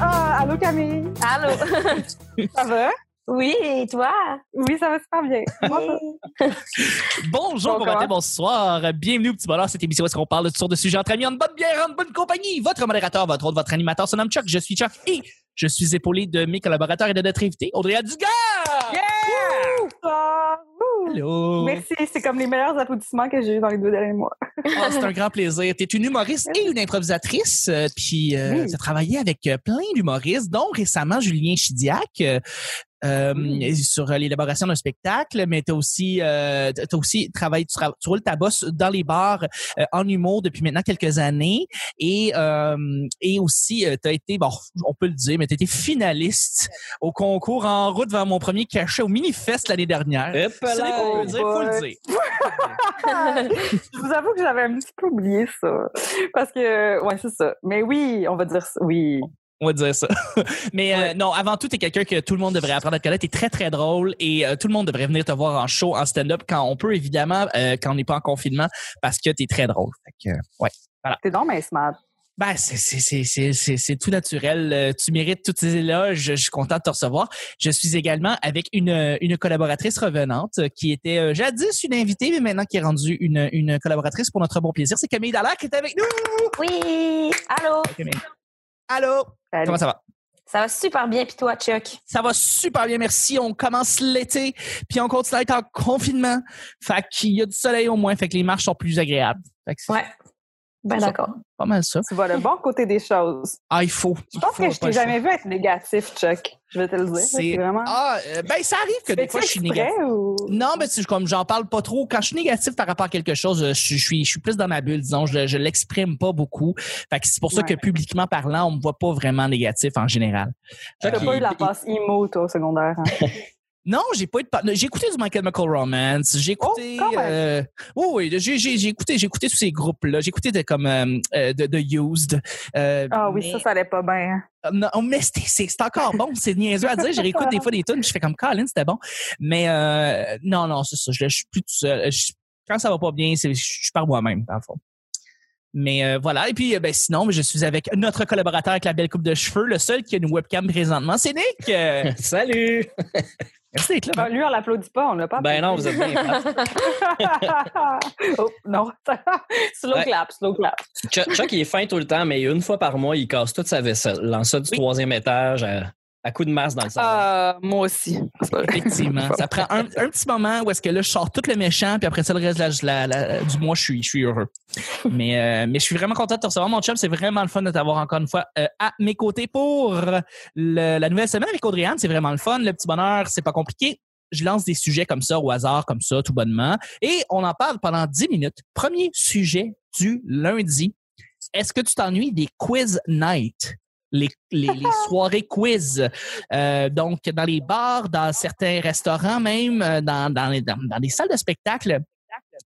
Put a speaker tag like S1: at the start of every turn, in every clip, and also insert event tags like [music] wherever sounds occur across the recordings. S1: Ah, Camille.
S2: Allô.
S1: Ça va?
S2: [laughs] Oui, et toi?
S1: Oui, ça va super bien. Moi, ça-
S3: Bonjour, bon
S1: Bonjour.
S3: matin, bonsoir. Bienvenue au Petit Bonheur, cette émission où est-ce qu'on parle de toutes sortes de sujets entre amis, en bonne bière, en bonne compagnie. Votre modérateur, votre autre, votre animateur se nomme Chuck. Je suis Chuck et je suis épaulé de mes collaborateurs et de notre invité, Audrey Dugas.
S1: Yeah!
S2: Oh!
S1: Bonsoir! Wouh!
S3: Allô.
S1: Merci, c'est comme les meilleurs applaudissements que j'ai eu dans les deux derniers mois.
S3: Ah, c'est un grand plaisir. Tu es une humoriste et une improvisatrice, euh, puis euh,
S1: Oui.
S3: tu as travaillé avec euh, plein d'humoristes, dont récemment Julien Chidiac. euh, euh, sur euh, l'élaboration d'un spectacle, mais tu aussi, euh, t'as aussi travaillé, tu, tra- tu roules ta bosse dans les bars euh, en humour depuis maintenant quelques années et, euh, et aussi tu as été, bon, on peut le dire, mais tu été finaliste au concours en route vers mon premier cachet au Minifest l'année dernière.
S4: Hop
S3: Ce n'est
S4: là.
S3: qu'on peut dire, faut le dire.
S2: Ah!
S1: [laughs] je vous avoue que j'avais un petit peu oublié ça. Parce que, ouais, c'est ça. Mais oui, on va dire ça. Oui.
S3: On va dire ça. [laughs] Mais euh, non, avant tout, t'es quelqu'un que tout le monde devrait apprendre à te connaître. T'es très, très drôle et euh, tout le monde devrait venir te voir en show, en stand-up quand on peut, évidemment, euh, quand on n'est pas en confinement, parce que t'es très drôle. Fait que, euh, ouais.
S1: T'es donc bien smart.
S3: Ben, c'est- c'est- c'est c'est- c'est- c'est tout naturel. Euh, Tu mérites toutes ces éloges. Je suis content de te recevoir. Je suis également avec une, euh, une collaboratrice revenante euh, qui était euh, jadis une invitée, mais maintenant qui est rendue une, une collaboratrice pour notre bon plaisir. C'est Camille Dallaire qui est avec nous.
S2: Oui. Allô.
S3: Camille. Allô?
S1: Salut.
S3: Comment ça va?
S2: Ça va super bien, puis toi, Chuck?
S3: Ça va super bien, merci. On commence l'été, puis on continue à être en confinement. Fait qu'il y a du soleil au moins, fait que les marches sont plus agréables. Fait que c'est
S2: Ouais. Ben
S3: Ça.
S2: d'accord.
S3: pas mal ça.
S1: Tu vois le bon côté des choses.
S3: Ah, il faut.
S1: Je pense
S3: Il faut
S1: que je t'ai
S3: pas le choix.
S1: jamais vu être négatif, Chuck. Je vais te le dire.
S3: C'est-
S1: C'est vraiment.
S3: Ah, euh, ben ça arrive que des fois je suis négatif. Non, mais c'est comme j'en parle pas trop. Quand je suis négatif par rapport à quelque chose, euh, je, suis- je suis, je suis plus dans ma bulle, disons. Je, je l'exprime pas beaucoup. Fait que c'est pour ça que
S1: Ouais.
S3: publiquement parlant, on me voit pas vraiment négatif en général.
S1: Tu
S3: Fait
S1: T'as pas eu
S3: qu'il-
S1: la passe emo, toi, au secondaire. hein?
S3: Non, j'ai pas eu de par- J'ai écouté du Michael Chemical Romance. J'ai écouté.
S1: quand même.
S3: euh, oh oui, j'ai, j'ai, j'ai écouté, j'ai écouté tous ces groupes-là. J'ai écouté de comme euh, euh, de, de Used. euh,
S1: Ah oui,
S3: mais-
S1: ça, ça allait pas bien. hein.
S3: euh, Non, mais c'est, c'est, c'est encore bon. C'est niaiseux à dire. Je réécoute des fois des tunes. Je fais comme Colin, c'était bon. Mais euh, non, non, c'est ça. Je, je suis plus tout seul. Je- quand ça va pas bien, c'est, je suis par moi-même, dans le fond. Mais euh, voilà. Et puis, euh, ben, sinon, je suis avec notre collaborateur avec la belle coupe de cheveux, le seul qui a une webcam présentement, c'est Nick.
S1: [laughs]
S3: Euh,
S4: Salut!
S3: merci d'être là.
S1: Ben, lui, on l'applaudit pas, on l'a
S3: Ah,
S1: pas.
S4: Ben non, vous êtes bien.
S3: [laughs]
S4: plate.
S1: [laughs] oh, non. slow
S4: Ouais.
S1: clap, slow clap.
S4: Chuck, Chuck, il est fin tout le temps, mais une fois par mois, il casse toute sa vaisselle. Lance ça du
S3: Oui. Ah.
S4: troisième étage à, à coup de masse dans le salon.
S1: Euh, moi aussi. [laughs]
S3: Effectivement. ça prend un, un petit moment où est-ce que là, je sors tout le méchant, puis après ça, le reste de la- la- la- du mois, je suis, je suis heureux. Mais, euh, mais je suis vraiment content de te recevoir, mon chum. C'est vraiment le fun de t'avoir encore une fois euh, à mes côtés pour euh, le- la nouvelle semaine avec Audrey Anne. C'est vraiment le fun. Le petit bonheur, c'est pas compliqué. Je lance des sujets comme ça, au hasard, comme ça, tout bonnement. Et on en parle pendant 10 minutes. Premier sujet du lundi. Est-ce que tu t'ennuies des quiz night? Les, les, les soirées quiz. Euh, donc, dans les bars, dans certains restaurants même, euh, dans, dans, les- dans, dans des salles de spectacle.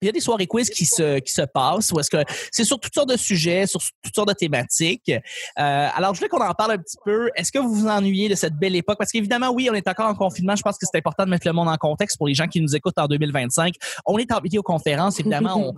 S3: Il y a des soirées quiz qui se, qui se passent où est-ce que c'est sur toutes sortes de sujets, sur toutes sortes de thématiques. Euh, alors, je voulais qu'on en parle un petit peu. Est-ce que vous vous ennuyez de cette belle époque? Parce qu'évidemment, oui, on est encore en confinement. Je pense que c'est important de mettre le monde en contexte pour les gens qui nous écoutent en 2025. On est en vidéoconférence, évidemment. On,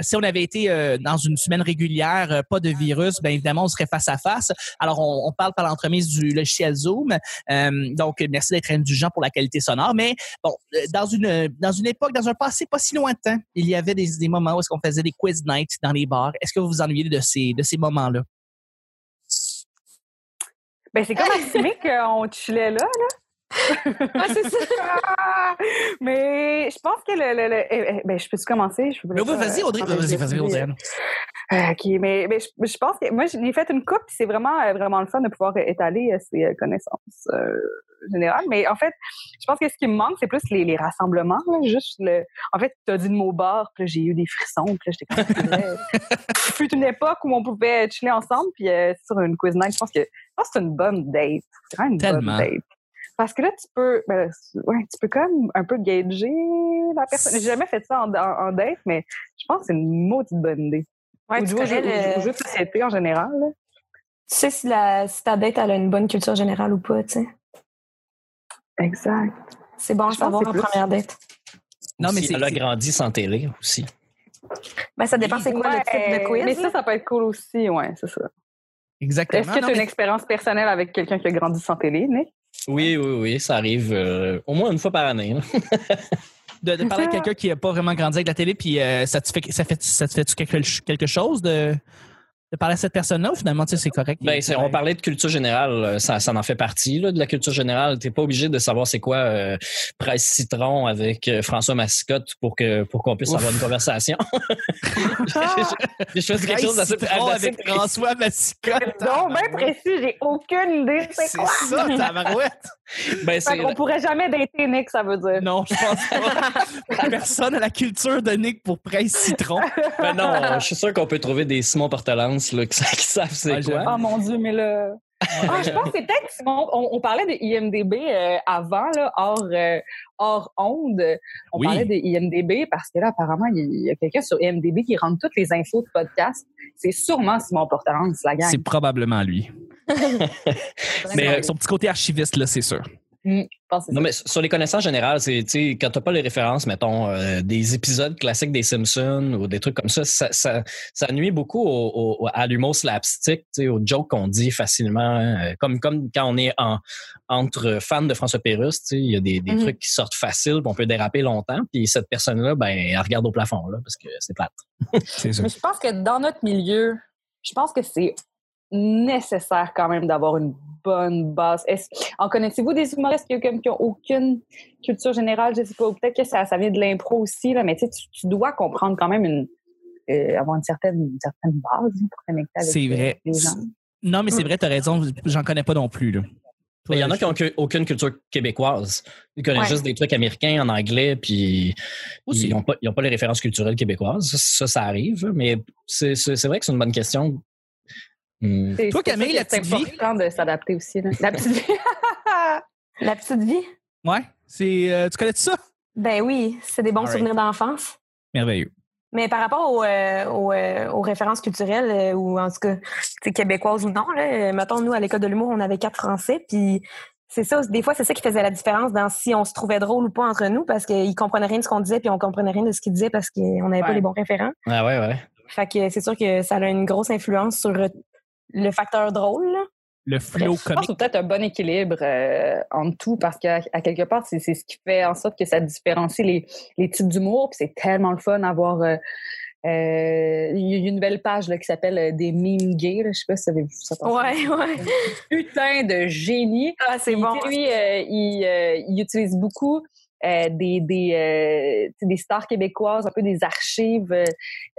S3: si on avait été euh, dans une semaine régulière, euh, pas de virus, bien évidemment, on serait face à face. Alors, on, on parle par l'entremise du logiciel Zoom. Euh, donc, merci d'être indulgent pour la qualité sonore. Mais bon, euh, dans une, dans une époque, dans un passé pas si lointain, il y avait des, des moments où est-ce qu'on faisait des quiz nights dans les bars. Est-ce que vous vous ennuyez de ces, de ces moments-là?
S1: Ben, c'est comme estimé qu'on chillait là.
S2: Ouais,
S1: [laughs]
S2: c'est ça.
S1: Ah! Mais je pense que le. le- le- eh, eh, ben, je peux-tu commencer? Je peux
S3: Mais
S1: pas,
S3: oui, vas-y,
S1: euh,
S3: Audrey.
S1: prendre
S3: Vas-y, vas-y,
S1: des-
S3: Audrey.
S1: Euh, OK, mais, mais je, je pense que. Moi, j'ai fait une coupe, puis c'est vraiment, euh, vraiment le fun de pouvoir étaler euh, ses euh, connaissances euh, générales. Mais en fait, je pense que ce qui me manque, c'est plus les, les rassemblements. là, juste le. En fait, tu as dit le mot bar, puis là, j'ai eu des frissons, puis là, j'étais comme. c'est vrai. Ce fut une époque où on pouvait chiller ensemble, puis euh, sur une quiz night, je pense que, je pense que c'est une bonne date. C'est vraiment une
S3: Tellement.
S1: bonne date. Parce que là, tu peux, ben, c'est- ouais, tu peux comme un peu gager la personne. J'ai jamais fait ça en, en- en date, mais je pense que c'est une maudite bonne idée.
S2: Ouais,
S1: Ou
S2: tu
S1: jouer aux jeux-
S2: connais
S1: aux
S2: le-
S1: jeux de société en général. là.
S2: Tu sais si, la, si ta date elle a une bonne culture générale ou pas, tu sais.
S1: Exact.
S2: C'est bon à
S1: Je pense
S2: savoir
S1: que
S2: en
S1: c'est plus.
S2: première date.
S3: Non, mais
S4: Aussi,
S3: c'est-
S4: elle a
S3: c'est-
S4: grandi sans télé aussi.
S2: Ben, ça dépend c'est quoi le type de
S1: Ouais,
S2: quiz.
S1: Mais ça, ça peut être cool aussi, ouais, c'est ça.
S3: Exactement.
S1: Est-ce que tu
S3: Non,
S1: as une
S3: mais-
S1: expérience personnelle avec quelqu'un qui a grandi sans télé,
S3: [laughs]
S1: Nick?
S4: Oui, oui, oui, ça arrive euh, au moins une fois par année. là.
S3: de, de
S1: [laughs]
S3: parler à quelqu'un qui n'a pas vraiment grandi avec la télé, puis euh, ça te fait, ça fait, ça te fait quelque, quelque chose de, de parler à cette personne-là ou finalement, tu sais, c'est correct?
S4: Ben, c'est- on parlait de culture générale, euh, ça, ça en fait partie là, de la culture générale. T'es pas obligé de savoir c'est quoi euh, presse citron avec euh, François Mascotte pour que pour qu'on puisse
S3: Ouf.
S4: avoir
S3: [laughs]
S4: une conversation.
S1: Ah,
S4: J'ai choisi quelque chose d'assez
S3: Citron
S4: d'assez
S3: avec François Massicotte.
S1: Non, bien précis, j'ai aucune idée. C'est
S3: C'est
S1: quoi?
S3: ça, tabarouette!
S4: Ben, c'est-
S1: On pourrait jamais dater Nick, ça veut dire.
S3: Non, je
S1: [laughs]
S3: pense pas. Personne à la culture de Nick pour presse citron.
S4: ben non, euh, je suis sûr qu'on peut trouver des Simon Portelance là, qui, qui savent c'est
S3: Ah, j'aime.
S4: quoi.
S1: Oh mon Dieu, mais là. Ah, je pense que c'est peut-être Simon. On, on parlait de IMDB euh, avant, là, hors, euh, hors onde. On
S3: Oui.
S1: parlait de IMDB parce que là, apparemment, il y- il y a quelqu'un sur IMDB qui rentre toutes les infos de podcast. C'est sûrement Simon Portelance, la gang.
S3: C'est probablement lui.
S4: Mais,
S3: Avec
S4: euh,
S3: son petit côté archiviste, là, c'est sûr.
S1: Je pense que c'est
S4: Non, mais sur les connaissances générales, c'est, tu sais, quand t'as pas les références, mettons, euh, des épisodes classiques des Simpsons ou des trucs comme ça, ça, ça, ça nuit beaucoup au, au- à l'humour slapstick, tu sais, aux jokes qu'on dit facilement, hein, euh, comme, comme quand on est en, entre fans de François Pérus, tu sais, il y a des, des
S2: Mhm.
S4: trucs qui sortent faciles, puis on peut déraper longtemps, puis cette personne-là, ben, elle regarde au plafond, là, parce que c'est plate.
S3: C'est sûr.
S1: Mais je pense que dans notre milieu, je pense que c'est nécessaire quand même d'avoir une bonne base. Est-ce- en connaissez-vous des humoristes qui, comme- qui ont aucune culture générale, je sais pas, ou peut-être que ça, ça vient de l'impro aussi, là, mais tu, sais, tu- tu dois comprendre quand même une euh, avoir une certaine, une certaine base là, pour connecter avec
S3: C'est
S1: euh,
S3: vrai.
S1: les gens.
S3: Non, mais c'est vrai, t'as raison. J'en connais pas non plus, là.
S4: Mais Ben, Il y en a qui ont que- aucune culture québécoise. Ils connaissent
S2: Ouais.
S4: juste des trucs américains en anglais, puis
S3: Aussi.
S4: ils n'ont pas, ils ont pas les références culturelles québécoises. Ça, ça, ça arrive, mais c'est c'est- c'est vrai que c'est une bonne question. Hmm.
S1: C'est-
S3: Toi,
S1: c'est
S3: Camille,
S1: sûr que
S3: la petite
S1: C'est important de s'adapter aussi. là. La petite vie.
S2: La petite vie?
S3: Ouais. C'est, euh, tu connais ça?
S2: Ben oui, c'est des bons
S3: Alright.
S2: souvenirs d'enfance.
S3: Merveilleux.
S2: Mais par rapport au, euh, au, euh, aux références culturelles, euh, ou en tout cas, c'est québécoise ou non, là, euh, mettons, nous, à l'école de l'humour, on avait quatre Français, puis c'est ça, des fois, c'est ça qui faisait la différence dans si on se trouvait drôle ou pas entre nous, parce qu'ils comprenaient rien de ce qu'on disait, puis on comprenait rien de ce qu'ils disaient parce qu'on n'avait pas
S1: Ouais.
S2: les bons référents.
S4: Ah ouais, ouais.
S2: Fait que c'est sûr que ça a une grosse influence sur euh, le facteur drôle, là.
S3: Le flow
S1: Je pense
S3: comique.
S1: que c'est peut-être un bon équilibre euh, entre tout parce qu'à à quelque part, c'est c'est ce qui fait en sorte que ça différencie les, les types d'humour. Puis c'est tellement le fun d'avoir. euh, euh, Il y a une nouvelle page là, qui s'appelle euh, des memes gays. là. Je sais pas si vous avez vu ça. passer.
S2: Ouais, ouais.
S1: Putain de génie.
S2: Ah, c'est
S1: Puis,
S2: bon.
S1: tu sais, Lui, euh, il, euh, il utilise beaucoup euh, des, des, euh, tu sais, des stars québécoises, un peu des archives euh,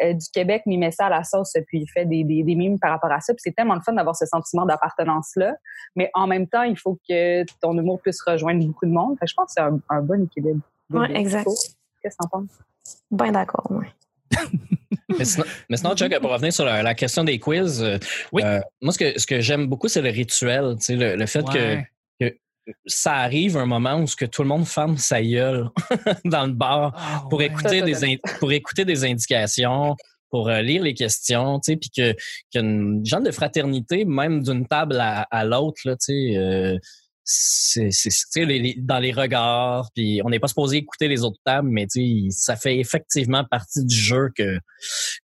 S1: euh, du Québec, mais il met ça à la sauce, puis il fait des, des, des mimes par rapport à ça. Puis c'est tellement le fun d'avoir ce sentiment d'appartenance-là. Mais en même temps, il faut que ton humour puisse rejoindre beaucoup de monde. Fait que je pense que c'est un, un bon équilibre.
S2: Ouais, exact.
S1: Qu'est-ce que t'en penses?
S2: Ben d'accord, ouais.
S4: Mais sinon, mais sinon, Chuck, pour revenir sur la, la question des quiz, euh,
S3: Oui.
S4: euh, moi, ce que, ce que j'aime beaucoup, c'est le rituel, tu sais, le, le fait que
S3: Ouais.
S4: ça arrive un moment où ce que tout le monde ferme sa gueule [laughs] dans le bar.
S3: Ah,
S1: Oh,
S4: pour
S3: ouais.
S4: écouter
S1: Ça, ça,
S4: des in- pour écouter des indications pour euh, lire les questions, tu sais, puis que qu'une genre de fraternité, même d'une table à, à l'autre, là, tu sais, euh, c'est c'est- tu sais, les- les- dans les regards, puis on n'est pas supposé écouter les autres tables, mais tu sais, ça fait effectivement partie du jeu que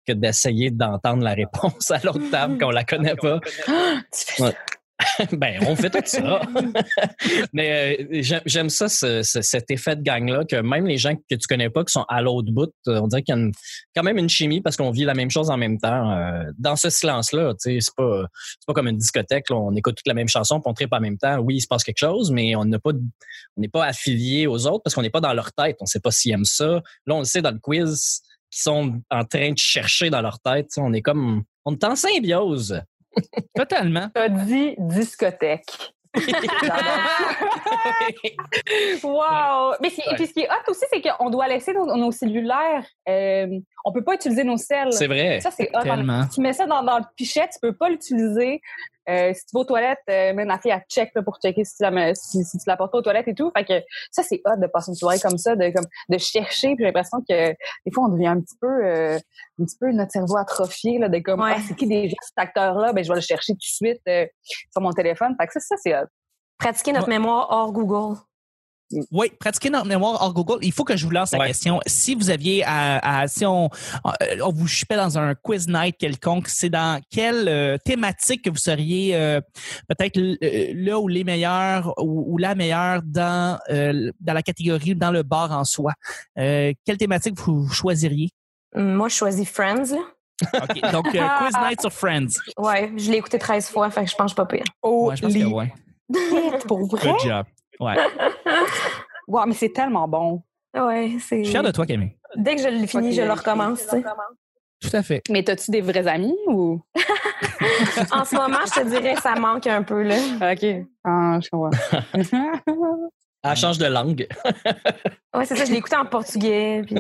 S4: que d'essayer d'entendre la réponse à l'autre table qu'on la connaît pas. Ben, on fait tout ça. Mais euh, j'aime- j'aime ça, ce- ce- cet effet de gang-là, que même les gens que tu connais pas, qui sont à l'autre bout, euh, on dirait qu'il y a une- quand même une chimie parce qu'on vit la même chose en même temps. euh, dans ce silence-là, tu sais, c'est pas, c'est pas comme une discothèque, là, on écoute toute la même chanson, puis on tripe en même temps. Oui, il se passe quelque chose, mais on n'a pas, de- on n'est pas affilié aux autres parce qu'on n'est pas dans leur tête. On sait pas s'ils aiment ça. Là, on le sait dans le quiz, qui sont en train de chercher dans leur tête. tu sais, On est comme, on est en symbiose.
S3: Totalement.
S1: T'as dit discothèque. Wow! Mais c'est-
S4: Ouais.
S1: puis ce qui est hot aussi, c'est qu'on doit laisser nos, nos cellulaires. Euh, on peut pas utiliser nos selles.
S4: C'est vrai.
S1: Ça, c'est hot.
S3: Tellement.
S1: Tu mets ça dans, dans le pichet, tu peux pas l'utiliser. Euh, si tu vas aux toilettes, euh, même la fille, elle check là, pour checker si tu, la, mets- si, si tu la portes pas aux toilettes et tout. Fait que ça, c'est hot de passer une soirée comme ça, de, comme, de chercher. Puis j'ai l'impression que des fois, on devient un petit peu, euh, un petit peu notre cerveau atrophié, là, de comme,
S2: Ouais.
S1: ah, c'est qui déjà cet acteur-là? Ben, je vais le chercher tout de suite euh, sur mon téléphone. Fait que ça, ça c'est hot.
S2: Pratiquer notre
S3: Ouais.
S2: mémoire hors Google.
S3: Oui, pratiquer notre mémoire hors Google. Il faut que je vous lance la
S4: Ouais.
S3: question. Si vous aviez à, à- si on, euh, on vous chipait dans un quiz night quelconque, c'est dans quelle euh, thématique que vous seriez euh, peut-être l- euh, le ou les meilleurs ou, ou la meilleure dans euh, dans la catégorie dans le bar en soi. Euh, quelle thématique vous choisiriez
S2: Mm, Moi, je choisis Friends. Là.
S3: Ok, Donc euh,
S1: [laughs]
S3: quiz night sur Friends.
S2: Ouais, je l'ai écouté 13 fois, fait que je pense que je suis pas pire.
S1: Oh,
S3: Ouais, je pense que ouais.
S1: pour vrai.
S3: Good job. Ouais.
S1: Wow, mais c'est tellement bon.
S2: Ouais, c'est.
S3: Je suis fier de toi, Camille.
S2: Dès que je l'ai fini,
S1: Ok,
S2: je le
S1: je-
S2: recommence. tu sais.
S3: Tout à fait.
S1: Mais t'as-tu des vrais amis ou?
S2: en ce moment, je te dirais ça manque un peu là.
S1: OK. Ah, je comprends.
S2: [laughs]
S4: Elle change de langue.
S2: Ouais, c'est ça, je l'ai écouté en portugais. Puis...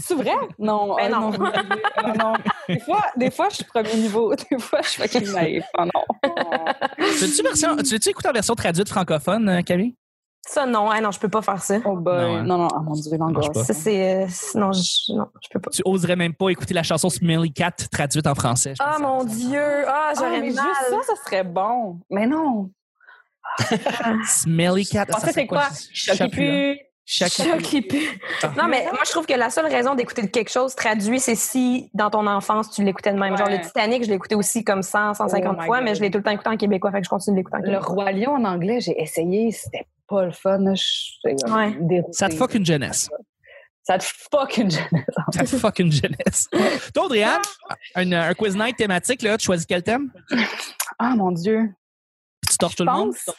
S1: c'est vrai? Non.
S2: Ben
S1: euh,
S2: non.
S1: mon Dieu, euh, non. Des fois, des fois, je suis premier niveau. [laughs] Des fois, je suis fucking naïve. Ah non.
S3: Tu veux-tu version- tu veux-tu écouter en version traduite francophone, euh, Camille
S2: Ça, non, hein, non, je peux pas faire ça.
S1: Oh boy.
S3: Non,
S1: Non,
S3: hein.
S1: non. Ah, mon Dieu,
S3: marche
S1: l'angoisse.
S2: Ça, c'est. euh, non, je... non, je peux pas.
S3: Tu oserais même pas écouter la chanson Smelly Cat traduite en français. je pense
S2: Ah
S3: que ça-
S2: mon Dieu! Ah,
S1: Ah,
S2: j'aurais
S1: mais
S2: mal.
S1: juste ça, ça serait bon. Mais non.
S3: Smelly Cat.
S1: Ah, ça, c'est quoi? Choc plus.
S3: Chacun. Ah.
S2: Non, mais moi, je trouve que la seule raison d'écouter quelque chose traduit, c'est si dans ton enfance, tu l'écoutais de même. Genre,
S1: Ouais.
S2: le Titanic, je l'ai écouté aussi comme 100, 150
S1: Oh my
S2: fois,
S1: God.
S2: mais je l'ai tout le temps écouté en québécois, fait que je continue de l'écouter en
S1: Le
S2: québécois.
S1: Roi Lion en anglais, j'ai essayé. C'était pas le fun. là. Je- j'ai, euh,
S2: Ouais.
S1: dérouté.
S3: Ça te fuck une jeunesse.
S1: Ça te fuck une
S3: [laughs]
S1: jeunesse.
S3: Ça te fuck
S1: [laughs]
S3: une jeunesse. Toi, Audrey-Anne, un, un quiz night thématique, là, tu choisis quel thème?
S1: Ah, mon Dieu.
S3: Puis Tu torches
S1: Je
S3: tout le monde?
S1: pense.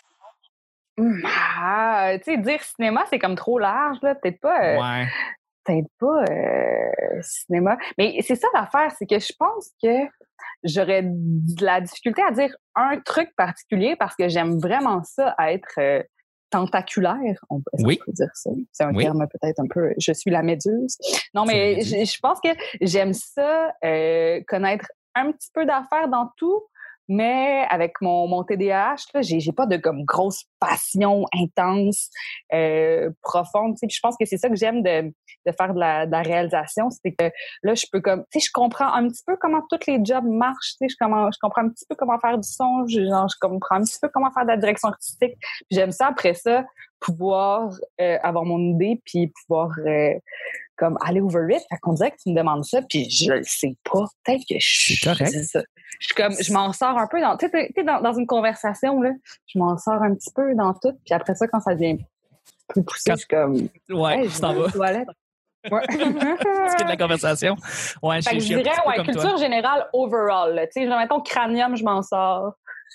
S1: Hum, ah, tu sais, dire cinéma, c'est comme trop large, là. Peut-être pas. euh,
S3: Ouais.
S1: peut-être pas euh, cinéma. Mais c'est ça l'affaire, c'est que je pense que j'aurais de la difficulté à dire un truc particulier parce que j'aime vraiment ça être euh, tentaculaire. On peut, est-ce qu'on
S3: Oui.
S1: peut dire ça. C'est un
S3: Oui.
S1: terme peut-être un peu. Je suis la méduse. Non,
S3: C'est la
S1: mais
S3: méduse.
S1: je, je pense que j'aime ça euh, connaître un petit peu d'affaires dans tout. Mais avec mon, mon TDAH, là, j'ai j'ai pas de comme grosse passion intense, euh, profonde. tu sais. Puis Je pense que c'est ça que j'aime de, de faire de la, de la réalisation, c'est que là, je peux comme, tu sais, je comprends un petit peu comment tous les jobs marchent, tu sais, je, comment- je comprends un petit peu comment faire du son, je, genre, je comprends un petit peu comment faire de la direction artistique. Puis j'aime ça après ça, pouvoir euh, avoir mon idée, puis pouvoir euh, comme aller over it. Fait qu'on dirait que tu me demandes ça, puis je le sais pas. Peut-être que je
S3: C'est correct.
S1: c'est ça. Je suis comme, je m'en sors un peu dans, tu sais, t'es- t'es dans, dans une conversation là, je m'en sors un petit peu dans tout, puis après ça, quand ça devient plus poussé,
S3: Quand-
S1: je suis comme
S3: Ouais,
S1: Hey,
S3: tu
S1: je
S3: t'en
S1: vais aux
S3: vas. [laughs]
S1: toilettes. Ouais. [laughs]
S3: C'est de la conversation. Ouais,
S1: Fait que je
S3: suis un petit
S1: dirais,
S3: peu
S1: ouais,
S3: comme toi.
S1: culture générale overall. là. Tu sais, genre, mettons, cranium, je m'en sors.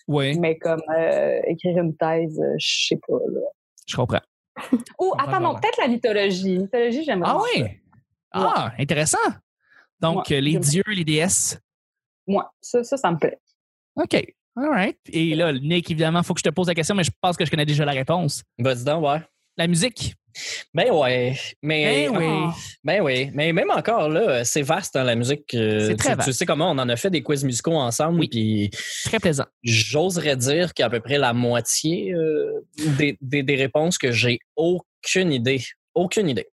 S3: Ouais,
S1: Mais comme euh, écrire une thèse, euh, je sais pas. là.
S3: je comprends.
S1: Ou,
S3: Comprends,
S1: attends, non,
S3: ouais.
S1: peut-être la mythologie. Mythologie, j'aime
S3: Ah
S1: vraiment ça.
S3: ouais? Ah, intéressant. Donc,
S1: Ouais.
S3: euh, les dieux, les déesses.
S1: Moi, ça, ça, ça me plaît.
S3: OK. All right. Et là, Nick, évidemment, il faut que je te pose la question, mais je pense que je connais déjà la réponse.
S4: Ben, dis donc, ouais.
S3: La musique.
S4: Ben ouais. Mais,
S3: Ben
S1: Ah.
S3: oui.
S4: Ben oui. Mais même encore, là, euh, c'est vaste, hein, la musique. euh,
S3: C'est très
S4: tu- Tu
S3: vaste.
S4: sais comment on en a fait des quiz musicaux ensemble,
S3: Oui.
S4: puis
S3: Très plaisant.
S4: j'oserais dire qu'à peu près la moitié euh, des, des- des réponses que j'ai aucune idée. Aucune idée.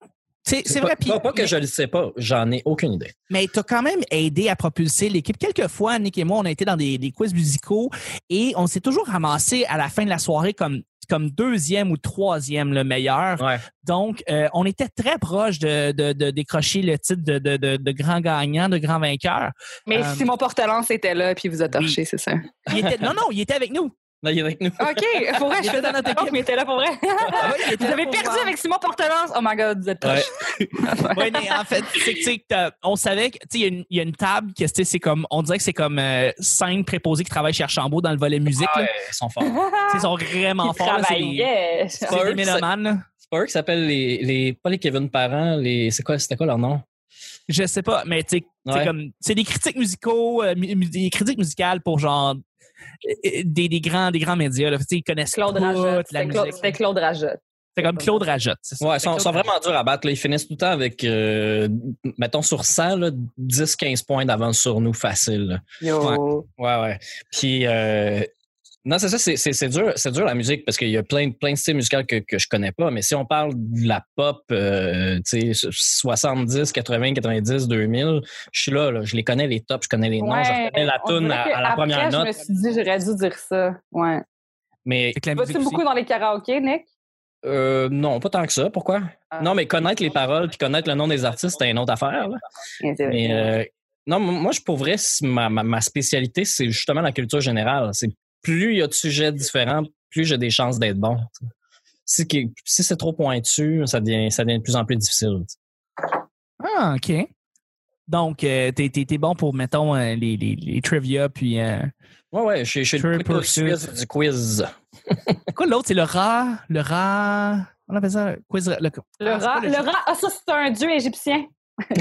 S3: C'est c'est
S4: Pas-
S3: vrai. puis-
S4: Pas, pas que je le sais pas, j'en ai aucune idée.
S3: Mais tu as quand même aidé à propulser l'équipe. Quelques fois, Nick et moi, on a été dans des, des quiz musicaux et on s'est toujours ramassé à la fin de la soirée comme comme deuxième ou troisième le meilleur.
S4: Ouais.
S3: Donc, euh, on était très proche de, de- de décrocher le titre de, de- de- de grand gagnant, de grand vainqueur.
S1: Mais
S3: Euh,
S1: Simon Portelance était là, puis il vous a torché, c'est ça.
S3: Il était, non, non, Ben, il était avec nous.
S4: Là, il est avec nous.
S3: [laughs]
S1: OK, pour vrai,
S3: Il
S1: je
S3: était
S1: fais
S3: dans
S1: dans
S3: notre
S1: notre équipe, mais il était là pour vrai.
S3: Ah oui, il était
S1: Vous avez
S3: pour
S1: perdu
S3: voir.
S1: avec Simon Portelance. Oh my God, vous êtes
S4: Ouais.
S1: torché.
S3: Oui, mais en fait, c'est que, tu sais, que t'as- on savait que, tu sais, il y a une- il y, a une table que, tu sais, c'est comme, on dirait que c'est comme euh, cinq préposés qui travaillent chez Archambault dans le volet musique.
S4: Ah
S3: là.
S4: ouais, ils sont forts.
S3: Tu sais, [laughs] Ils sont vraiment
S1: Il
S3: forts. là, c'est des-
S1: travaillait.
S3: C'est des mélomanes. là.
S4: C'est pas eux qui s'appellent les, les. Pas les Kevin Parent, les. C'est quoi, c'était quoi leur nom?
S3: Je sais pas, mais tu sais, c'est
S4: Ouais.
S3: comme c'est des critiques musicaux, euh, mu- mu- des critiques musicales pour genre euh, euh, des, des grands des grands médias. Là. Tu sais, Ils connaissent
S1: Claude
S3: tout,
S1: Rajotte.
S3: la
S1: C'était Claude-
S3: musique.
S1: C'était Claude Rajotte.
S3: C'est comme Claude Rajotte. c'est ça.
S4: Ouais, ils
S3: C'est
S4: sont,
S3: Claude
S4: sont vraiment durs à battre. là. Ils finissent tout le temps avec, euh, mettons, sur 100, là, 10-15 points d'avance sur nous, facile. là.
S1: Yo.
S4: Ouais, ouais. Puis, euh, non, c'est ça, c'est- c'est c'est dur, c'est dur la musique parce qu'il y a plein, de- plein de styles musicaux que, que je connais pas. Mais si on parle de la pop, euh, tu sais, 70, 80, 90, 2000, je suis là, là, je les connais les tops, je connais les noms, je
S1: Ouais,
S4: reconnais la
S1: on
S4: tune
S1: dirait
S4: à,
S1: que
S4: à la première
S1: après, Je
S4: note.
S1: me suis dit, j'aurais dû dire ça. Ouais.
S4: Mais
S3: Fait que la musique
S1: Vas-tu
S3: aussi.
S1: beaucoup dans les karaokés, Nick?
S4: Euh, non, pas tant que ça. Pourquoi?
S1: Ah.
S4: Non, mais connaître les paroles puis connaître le nom des artistes, c'est une autre affaire. là. Mais euh, non, m- moi, je pour vrai, c- ma, ma, ma spécialité, c'est justement la culture générale. C'est plus il y a de sujets différents, plus j'ai des chances d'être bon. tu sais. Si, qui- si c'est trop pointu, ça devient, ça devient de plus en plus difficile. tu sais.
S3: Ah, OK. Donc, euh, t'es, t'es- t'es bon pour, mettons, euh, les, les, les trivia, puis... euh,
S4: Ouais, ouais, je suis- je suis
S3: True
S4: le couteau
S3: pursuit.
S4: suisse du quiz.
S3: Quoi, l'autre, c'est le rat... Le rat... On appelle ça le quiz... Le,
S5: Le
S3: Ah, c'est
S5: rat,
S3: pas
S5: le rat, ah, ça, c'est un dieu égyptien.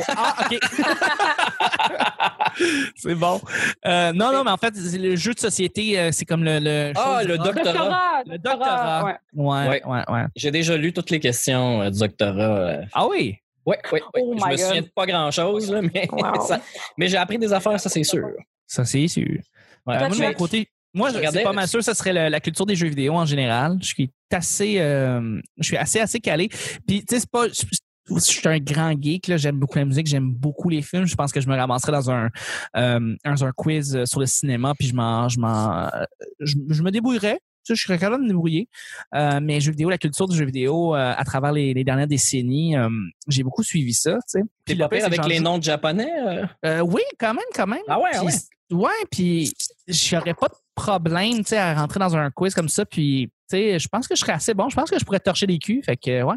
S3: Ah, OK. [laughs] c'est bon. Euh, non, non, mais en fait, c'est le jeu de société, euh, c'est comme le... le
S4: Ah,
S3: chose-
S4: le doctorat.
S3: Le doctorat.
S5: ouais.
S3: Ouais, ouais,
S4: Ouais.
S3: ouais,
S4: J'ai déjà lu toutes les questions euh, du doctorat. euh.
S3: Ah oui?
S4: Ouais, ouais, ouais.
S5: Oh
S4: je
S5: my
S4: me souviens
S5: God.
S4: de pas grand-chose, là, mais, [laughs]
S2: Wow.
S4: ça- mais j'ai appris des affaires, ça, c'est sûr.
S3: Ça, c'est sûr.
S4: Ouais.
S3: Euh, moi, de
S5: tu
S3: mon
S5: as-
S3: côté... Moi, je
S4: Regardez-
S3: suis pas mal sûr, ça serait la, la culture des jeux vidéo en général. Je suis assez, euh, je suis assez, assez calé. Puis, tu sais, c'est pas, je, je- je suis un grand geek, là. J'aime beaucoup la musique, j'aime beaucoup les films. Je pense que je me ramasserais dans un, euh, dans un quiz euh, sur le cinéma, puis je m'en, je m'en, euh, je, je me débrouillerais. Tu sais, Je serais capable de me débrouiller. Euh, mais jeux vidéo, la culture du jeu vidéo, euh, à travers les, les dernières décennies, euh, j'ai beaucoup suivi ça, tu sais.
S4: T'es
S3: Puis
S4: pas
S3: le pire,
S4: pire
S3: c'est que
S4: avec
S3: j'en-
S4: les noms de japonais? euh?
S3: euh, oui, quand même, quand même.
S4: Ah ouais, ah
S3: Puis,
S4: ouais.
S3: Ouais, puis j'aurais pas de problème, tu sais, à rentrer dans un quiz comme ça. Puis, tu sais, je pense que je serais assez bon. Je pense que je pourrais torcher des culs. Fait que, euh, ouais.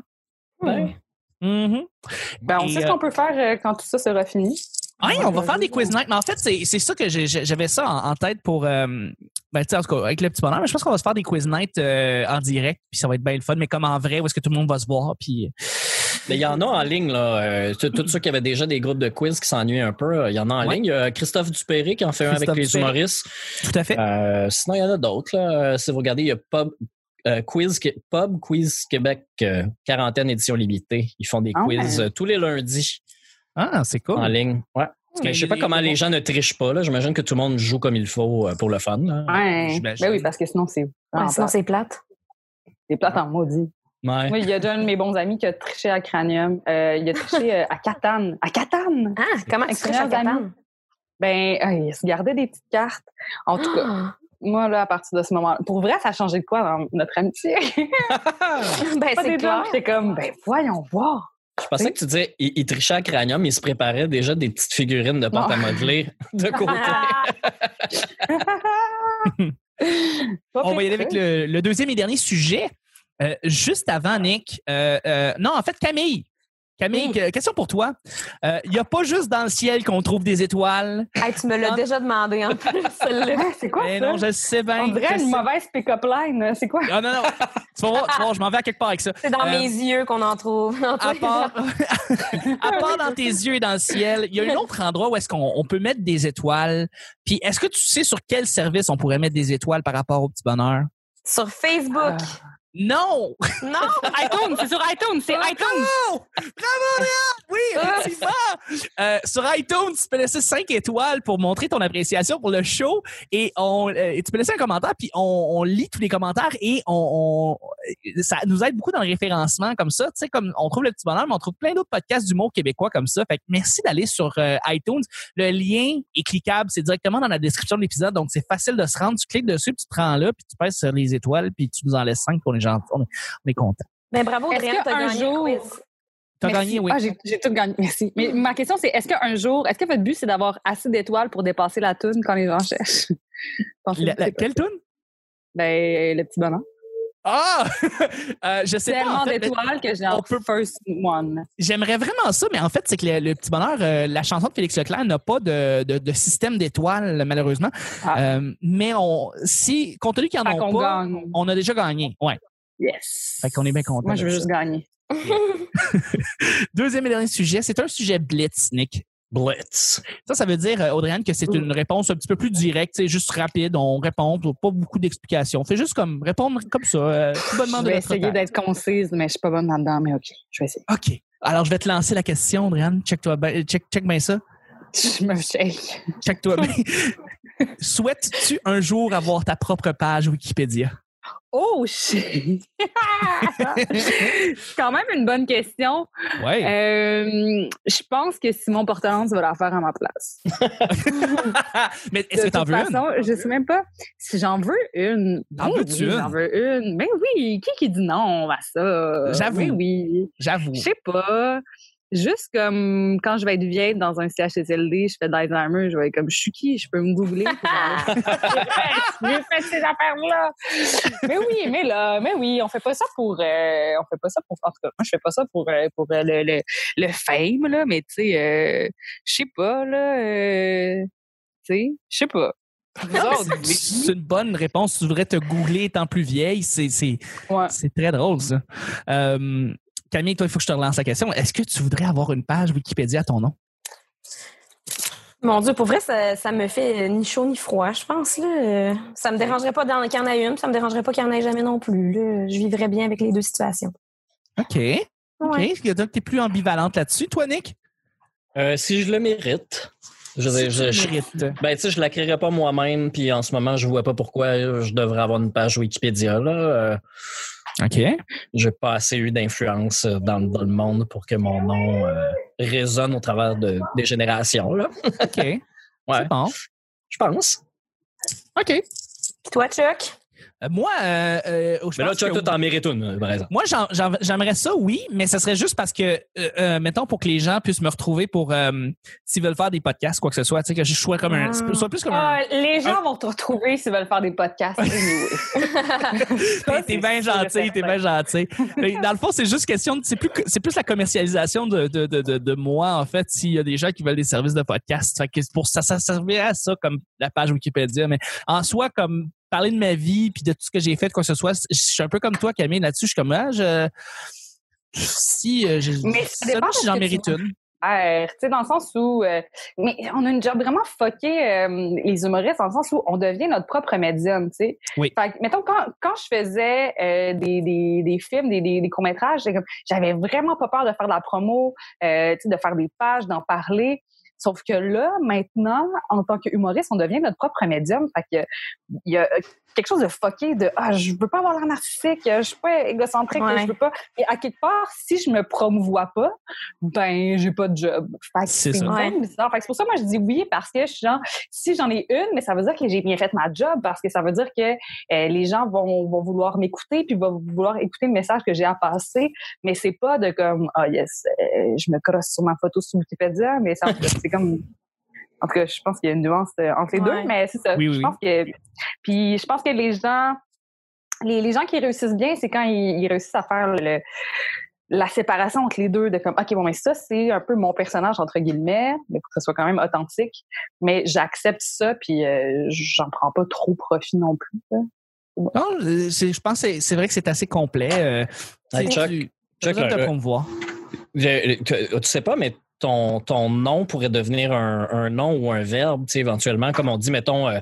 S4: Ah Ouais.
S3: Mhm.
S1: Ben, on
S3: Et,
S1: sait ce
S3: euh,
S1: qu'on peut faire euh, quand tout ça sera fini.
S3: Ouais, on va faire des quiz nights. Mais en fait, c'est c'est ça que j'ai- j'ai- j'avais ça en, en tête pour. euh, ben, tu sais, en tout cas, avec le petit bonheur, mais je pense qu'on va se faire des quiz nights euh, en direct, puis ça va être bien le fun, mais comme en vrai, où est-ce que tout le monde va se voir, puis.
S4: Mais il y en a en ligne, là. euh, t- Tous ceux qui avaient déjà des groupes de quiz qui s'ennuient un peu, euh, il y en a en
S3: Ouais.
S4: ligne. Il y a Christophe Dupéré qui en fait un avec
S3: Christophe
S4: les
S3: Dupéré.
S4: humoristes.
S3: Tout à fait.
S4: Euh, sinon, il y en a d'autres, là. Euh, Si vous regardez, il y a Pub, euh, quiz, Qué- Pub Quiz Québec, euh, quarantaine édition limitée. Ils font des
S1: Ah ouais.
S4: quiz euh, tous les lundis
S3: Ah, c'est cool.
S4: en ligne. Ouais. Parce que
S3: Mais
S4: je sais pas
S3: les-
S4: comment les gens ne trichent pas. là. J'imagine que tout le monde joue comme il faut euh, pour le fun. là.
S1: Ouais.
S3: j'imagine.
S1: Ben oui, parce que sinon, c'est
S2: Ouais,
S1: vraiment
S2: sinon,
S1: plate.
S2: c'est plate.
S1: C'est plate en maudit.
S4: Ouais.
S1: Moi, il y a déjà un de mes bons amis qui a triché à Cranium. Euh, il a triché euh, à Catane. À Catane!
S2: Ah, comment tu triches à
S1: Excellents amis.
S2: Catane?
S1: Ben, euh, il se gardait des petites cartes. En tout
S2: [gasps]
S1: cas,
S2: Ah! [laughs]
S1: moi, là, à partir de ce moment-là, pour vrai, ça a changé de quoi dans notre amitié?
S2: ben,
S1: Pas
S2: c'est
S1: des
S2: clair.
S1: blancs. J'étais comme, ben, voyons voir.
S4: Je pensais que tu disais, il, il trichait à cranium, il se préparait déjà des petites figurines de pâte
S1: Non.
S4: à modeler de
S2: [laughs]
S4: côté.
S2: Ah!
S3: On va y aller avec le, le deuxième et dernier sujet. Euh, juste
S1: Ah.
S3: avant, Nick. euh, euh, non, en fait, Camille. Camille, que- question pour toi. Euh, Il n'y a pas juste dans le ciel qu'on trouve des étoiles.
S2: Hey, tu me l'as déjà demandé en plus, celle-là.
S1: Ah, C'est quoi
S3: Eh
S1: ça?
S3: non, je le sais bien.
S1: On
S3: je
S1: dirait
S3: le
S1: une
S3: sais-
S1: mauvaise pick-up line. C'est quoi?
S3: Ah non, non. tu vas voir, tu vas voir, je m'en vais à quelque part
S1: [laughs]
S3: avec ça.
S2: C'est dans
S3: Euh,
S2: mes yeux qu'on en trouve. [laughs] En
S3: À
S2: tout cas,
S3: part, [laughs] à part dans tes yeux et dans le ciel, il y a un autre endroit où est-ce qu'on on peut mettre des étoiles. Puis est-ce que tu sais sur quel service on pourrait mettre des étoiles par rapport au petit bonheur?
S2: Sur Facebook.
S3: Non!
S2: Non!
S5: iTunes, c'est sur iTunes, c'est
S1: Ah,
S5: iTunes.
S3: Bravo! Oh! Bravo, Léa!
S1: [laughs]
S3: Oui, effectivement! Euh, sur iTunes, tu peux laisser 5 étoiles pour montrer ton appréciation pour le show et, on, euh, et tu peux laisser un commentaire, puis on, on lit tous les commentaires et on, on- ça nous aide beaucoup dans le référencement comme ça. Tu sais, comme on trouve le petit bonheur, mais on trouve plein d'autres podcasts d'humour québécois comme ça. Fait que merci d'aller sur euh, iTunes. Le lien est cliquable, c'est directement dans la description de l'épisode, donc c'est facile de se rendre. Tu cliques dessus, puis tu te rends là, puis tu pèses sur les étoiles, puis tu nous en laisses 5 pour les gens. On est, on est content.
S2: Mais bravo,
S5: Est-ce
S2: Adrien,
S5: qu'un
S2: t'as gagné
S5: jour-
S2: le quiz.
S3: T'as
S1: Merci.
S3: gagné, oui.
S1: Ah, j'ai j'ai tout gagné. Merci. Mais ma question, c'est est-ce qu'un jour, est-ce que votre but, c'est d'avoir assez d'étoiles pour dépasser la toune quand les gens cherchent? [laughs] Pensez-vous
S3: La-
S1: que
S3: la-
S1: c'est
S3: quelle toune?
S1: Ben, le petit bonhomme.
S3: Ah! [laughs] Euh, je sais pas.
S1: Tellement
S3: en fait, mais
S1: d'étoiles que j'ai
S3: on
S1: en first one.
S3: J'aimerais vraiment ça, mais en fait, c'est que le, le petit bonheur, euh, la chanson de Félix Leclerc n'a pas de, de- de système d'étoiles, malheureusement.
S1: Ah.
S3: Euh, mais on, si, compte tenu qu'ils en
S1: Fait
S3: ont
S1: qu'on
S3: pas,
S1: gagne.
S3: on a déjà gagné. Ouais.
S1: Yes.
S3: Fait qu'on est bien content
S1: Moi, je veux
S3: de
S1: juste gagner.
S3: Deuxième et dernier sujet, c'est un sujet blitz, Nick.
S4: Blitz.
S3: Ça, ça veut dire, euh, Audrey-Anne, que c'est une réponse un petit peu plus directe, c'est juste rapide, on répond, pas beaucoup d'explications. Fait juste comme répondre comme ça, euh, tout bonnement
S1: Je
S3: de
S1: vais
S3: notre
S1: essayer
S3: temps.
S1: d'être concise, mais je suis pas bonne là-dedans, mais OK, je vais essayer. [laughs]
S3: OK. Alors, je vais te lancer la question, Audrey-Anne. Check-toi bien- check, check bien ça.
S1: Je me shake.
S3: Check-toi bien. Souhaites-tu un jour avoir ta propre page Wikipédia?
S1: Oh [laughs] shit! C'est quand même une bonne question.
S3: Ouais.
S1: Euh, je pense que Simon Portelance va la faire à ma place.
S3: Mais est-ce
S1: De
S3: que t'en
S1: toute
S3: veux une?
S1: façon, Je sais même pas si j'en veux une.
S3: T'en
S1: Ben oui,
S3: veux-tu une?
S1: J'en veux une. Mais oui, qui qui dit non à ça?
S3: J'avoue.
S1: Oui, oui.
S3: J'avoue. [laughs]
S1: Je sais pas. Juste comme quand je vais être vieille dans un CHSLD, je fais de l'Alzheimer, je vais être comme je suis qui, je peux me googler.
S5: J'ai fait ces affaires-là. mais oui, mais là, mais oui, on fait pas ça pour, euh, on fait pas ça pour.
S1: en tout cas, moi, je fais pas ça pour, euh, pour euh, le, le, le fame, là, mais tu sais, euh, je sais pas, là, euh, tu sais, je sais pas. Vous autres,
S3: C'est une bonne réponse. Tu devrais te googler étant plus vieille. C'est, c'est,
S1: Ouais.
S3: c'est très drôle, ça. Euh, Camille, toi, il faut que je te relance la question. Est-ce que tu voudrais avoir une page Wikipédia à ton nom?
S2: Mon Dieu, pour vrai, ça, ça me fait euh, ni chaud ni froid, je pense. Là. Euh, Ça me dérangerait pas d'en- qu'il y en ait une, ça me dérangerait pas qu'il y en ait jamais non plus. là. Je vivrais bien avec les deux situations.
S3: OK. OK.
S2: Ouais.
S3: Est-ce que Donc, t'es plus ambivalente là-dessus, toi, Nick?
S4: Euh, si je le mérite, je, veux dire, je- je-
S3: Mérite.
S4: ben, tu sais, je la créerais pas moi-même, puis en ce moment, je vois pas pourquoi je devrais avoir une page Wikipédia. Là. Euh,
S3: OK.
S4: j'ai pas assez eu d'influence dans, dans le monde pour que mon nom euh, résonne au travers de- des générations. Là.
S3: OK. C'est bon.
S4: Je pense.
S2: Puis toi, Chuck?
S3: Euh, Moi, euh, euh, je
S4: Mais là,
S3: pense
S4: tu as
S3: que
S4: tout en mérite une, euh, par exemple.
S3: Moi, j'en- j'en- j'aimerais ça, oui, mais ce serait juste parce que, euh, euh, mettons, pour que les gens puissent me retrouver pour, euh, s'ils veulent faire des podcasts, quoi que ce soit, tu sais, que je sois comme un,
S2: Ah.
S3: soit plus comme un, [laughs]
S5: Ah, les gens vont te retrouver s'ils veulent faire des podcasts. anyway.
S3: T'es- T'es bien
S5: sûr et
S3: gentil, t'es
S1: [laughs]
S3: bien gentil. Mais Dans le fond, c'est juste question de, c'est plus, que- c'est plus la commercialisation de, de, de, de, de moi, en fait, s'il y a des gens qui veulent des services de podcast. Fait que pour ça, ça servirait à ça comme la page Wikipédia, mais en soi, comme parler de ma vie puis de tout ce que j'ai fait, quoi que ce soit, je suis un peu comme toi, Camille, là-dessus. Je suis comme, ah, je, si, euh, je,
S1: Mais ça
S3: seulement
S1: dépend
S3: si
S1: ce
S3: j'en
S1: que tu
S3: mérite une.
S1: faire, tu sais, dans le sens où euh, mais on a une job vraiment fuckée, euh, les humoristes, dans le sens où on devient notre propre médium, tu sais.
S3: Oui.
S1: Fait que, mettons, quand, quand je faisais euh, des, des, des films, des, des, des courts-métrages, c'est comme- j'avais vraiment pas peur de faire de la promo, euh, tu sais, de faire des pages, d'en parler. Sauf que là, maintenant, en tant qu'humoriste, on devient notre propre médium. Fait que il y a euh, quelque chose de fucké de ah je veux pas avoir l'air narcissique, je suis pas égocentrique,
S2: Ouais.
S1: je veux pas. Et à quelque part, si je me promouvois pas, ben j'ai pas de job. Fait que
S3: C'est
S1: c'est
S3: ça.
S1: même
S2: Ouais.
S1: bizarre. Fait que c'est pour ça moi je dis oui parce que je suis genre si j'en ai une, mais ça veut dire que j'ai bien fait ma job parce que ça veut dire que euh, les gens vont, vont vouloir m'écouter puis vont vouloir écouter le message que j'ai à passer, mais c'est pas de comme ah yes, euh, je me crosse sur ma photo sur Wikipédia, mais ça c'est comme en tout cas, je pense qu'il y a une nuance euh, entre les
S2: Ouais.
S1: deux, mais c'est ça.
S3: Oui,
S1: je
S3: oui,
S1: pense que puis je pense que les gens les, les gens qui réussissent bien, c'est quand ils, ils réussissent à faire le, la séparation entre les deux, de comme, OK, bon, mais ça, c'est un peu mon personnage, entre guillemets, mais pour que ce soit quand même authentique. Mais j'accepte ça, puis euh, j'en prends pas trop profit non plus. là.
S3: Non, euh, c'est- je pense que c'est- c'est vrai que c'est assez complet. Euh,
S4: Hey,
S3: tu sais,
S4: Chuck,
S3: tu- t'as
S4: Chuck,
S3: besoin de te
S4: euh,
S3: promouvoir.
S4: Je- tu, tu sais pas, mais ton, ton nom pourrait devenir un, un nom ou un verbe, tu sais, éventuellement, comme on dit, mettons, euh,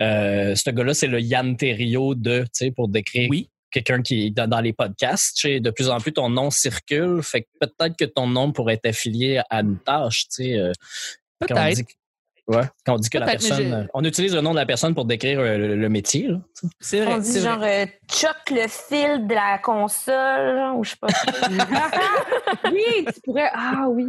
S4: euh, ce gars-là, c'est le Yann Terriot de, tu sais, pour décrire
S3: Oui.
S4: quelqu'un qui est dans, dans les podcasts. Tu sais, de plus en plus, ton nom circule, fait que peut-être que ton nom pourrait être affilié à une tâche, tu sais. euh, quand on
S3: Peut-être.
S4: dit, ouais, quand on dit que la
S3: Peut-être, mais
S4: personne.
S3: j'ai-
S4: euh, On utilise le nom de la personne pour décrire euh, le, le métier, là.
S3: C'est
S2: On
S3: vrai.
S2: dit
S3: c'est vrai.
S2: genre euh, Chuck le fil de la console, genre, ou je sais [laughs] pas.
S1: oui, tu pourrais. Ah oui.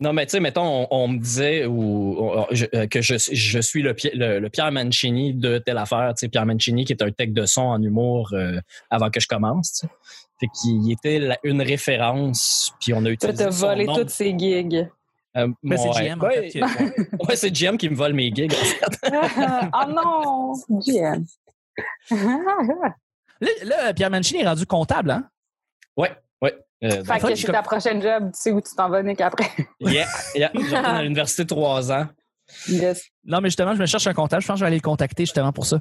S4: Non, mais tu sais, mettons, on, on me disait ou, on- je- euh, que je, je suis le, Pi- le- le Pierre Mancini de telle affaire. Tu sais, Pierre Mancini, qui est un tech de son en humour euh, avant que je commence. tu sais. Fait qu'il était la- une référence, puis on a
S5: Tu
S4: utilisé
S5: te
S4: son
S5: voler
S4: nom.
S5: toutes ces
S1: [laughs]
S5: gigs.
S4: Euh,
S3: Mais c'est
S4: ouais.
S3: GM, en fait.
S4: Ouais,
S3: qui- ouais.
S4: [laughs] ouais, c'est GM qui me vole mes gigs.
S1: oh non. [laughs] Bien.
S3: Là, là, Pierre Mancini est rendu comptable, hein?
S4: Euh,
S1: Fait que c'est ta prochaine job, tu sais où tu t'en vas, Nick, après.
S4: yeah, yeah. J'ai été à l'université trois ans.
S1: Yes.
S3: Non, mais justement, je me cherche un comptable. Je pense que je vais aller le contacter justement pour ça.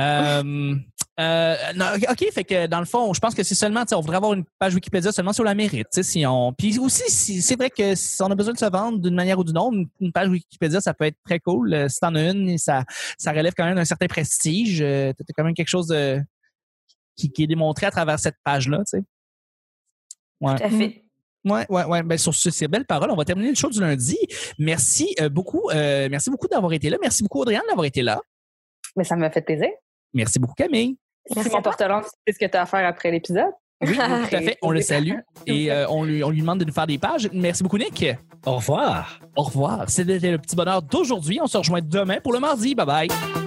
S3: Euh, euh, non, OK, fait que dans le fond, je pense que c'est seulement, tu sais, on voudrait avoir une page Wikipédia seulement sur la mérite. tu sais, Si on... Puis aussi, si, c'est vrai que si on a besoin de se vendre d'une manière ou d'une autre, une- une page Wikipédia, ça peut être très cool. Euh, si t'en as une, ça, ça relève quand même d'un certain prestige. Euh, T'as quand même quelque chose de- qui, qui est démontré à travers cette page-là. tu sais.
S2: Tout à fait.
S3: Ouais, ouais, ouais. Ben, sur ce- ces belles paroles, on va terminer le show du lundi. Merci euh, beaucoup. euh, merci beaucoup d'avoir été là. Merci beaucoup, Audrey-Anne, d'avoir été là.
S1: Mais ça me fait plaisir.
S3: Merci beaucoup, Camille.
S2: Merci à
S1: Simon
S2: toi.
S1: Portelance, c'est ce que tu as à faire après l'épisode.
S3: Oui, tout à fait. On le salue et euh, on, lui, on lui demande de nous faire des pages. Merci beaucoup, Nick.
S4: Au revoir.
S3: Au revoir. C'était le petit bonheur d'aujourd'hui. On se rejoint demain pour le mardi. Bye bye.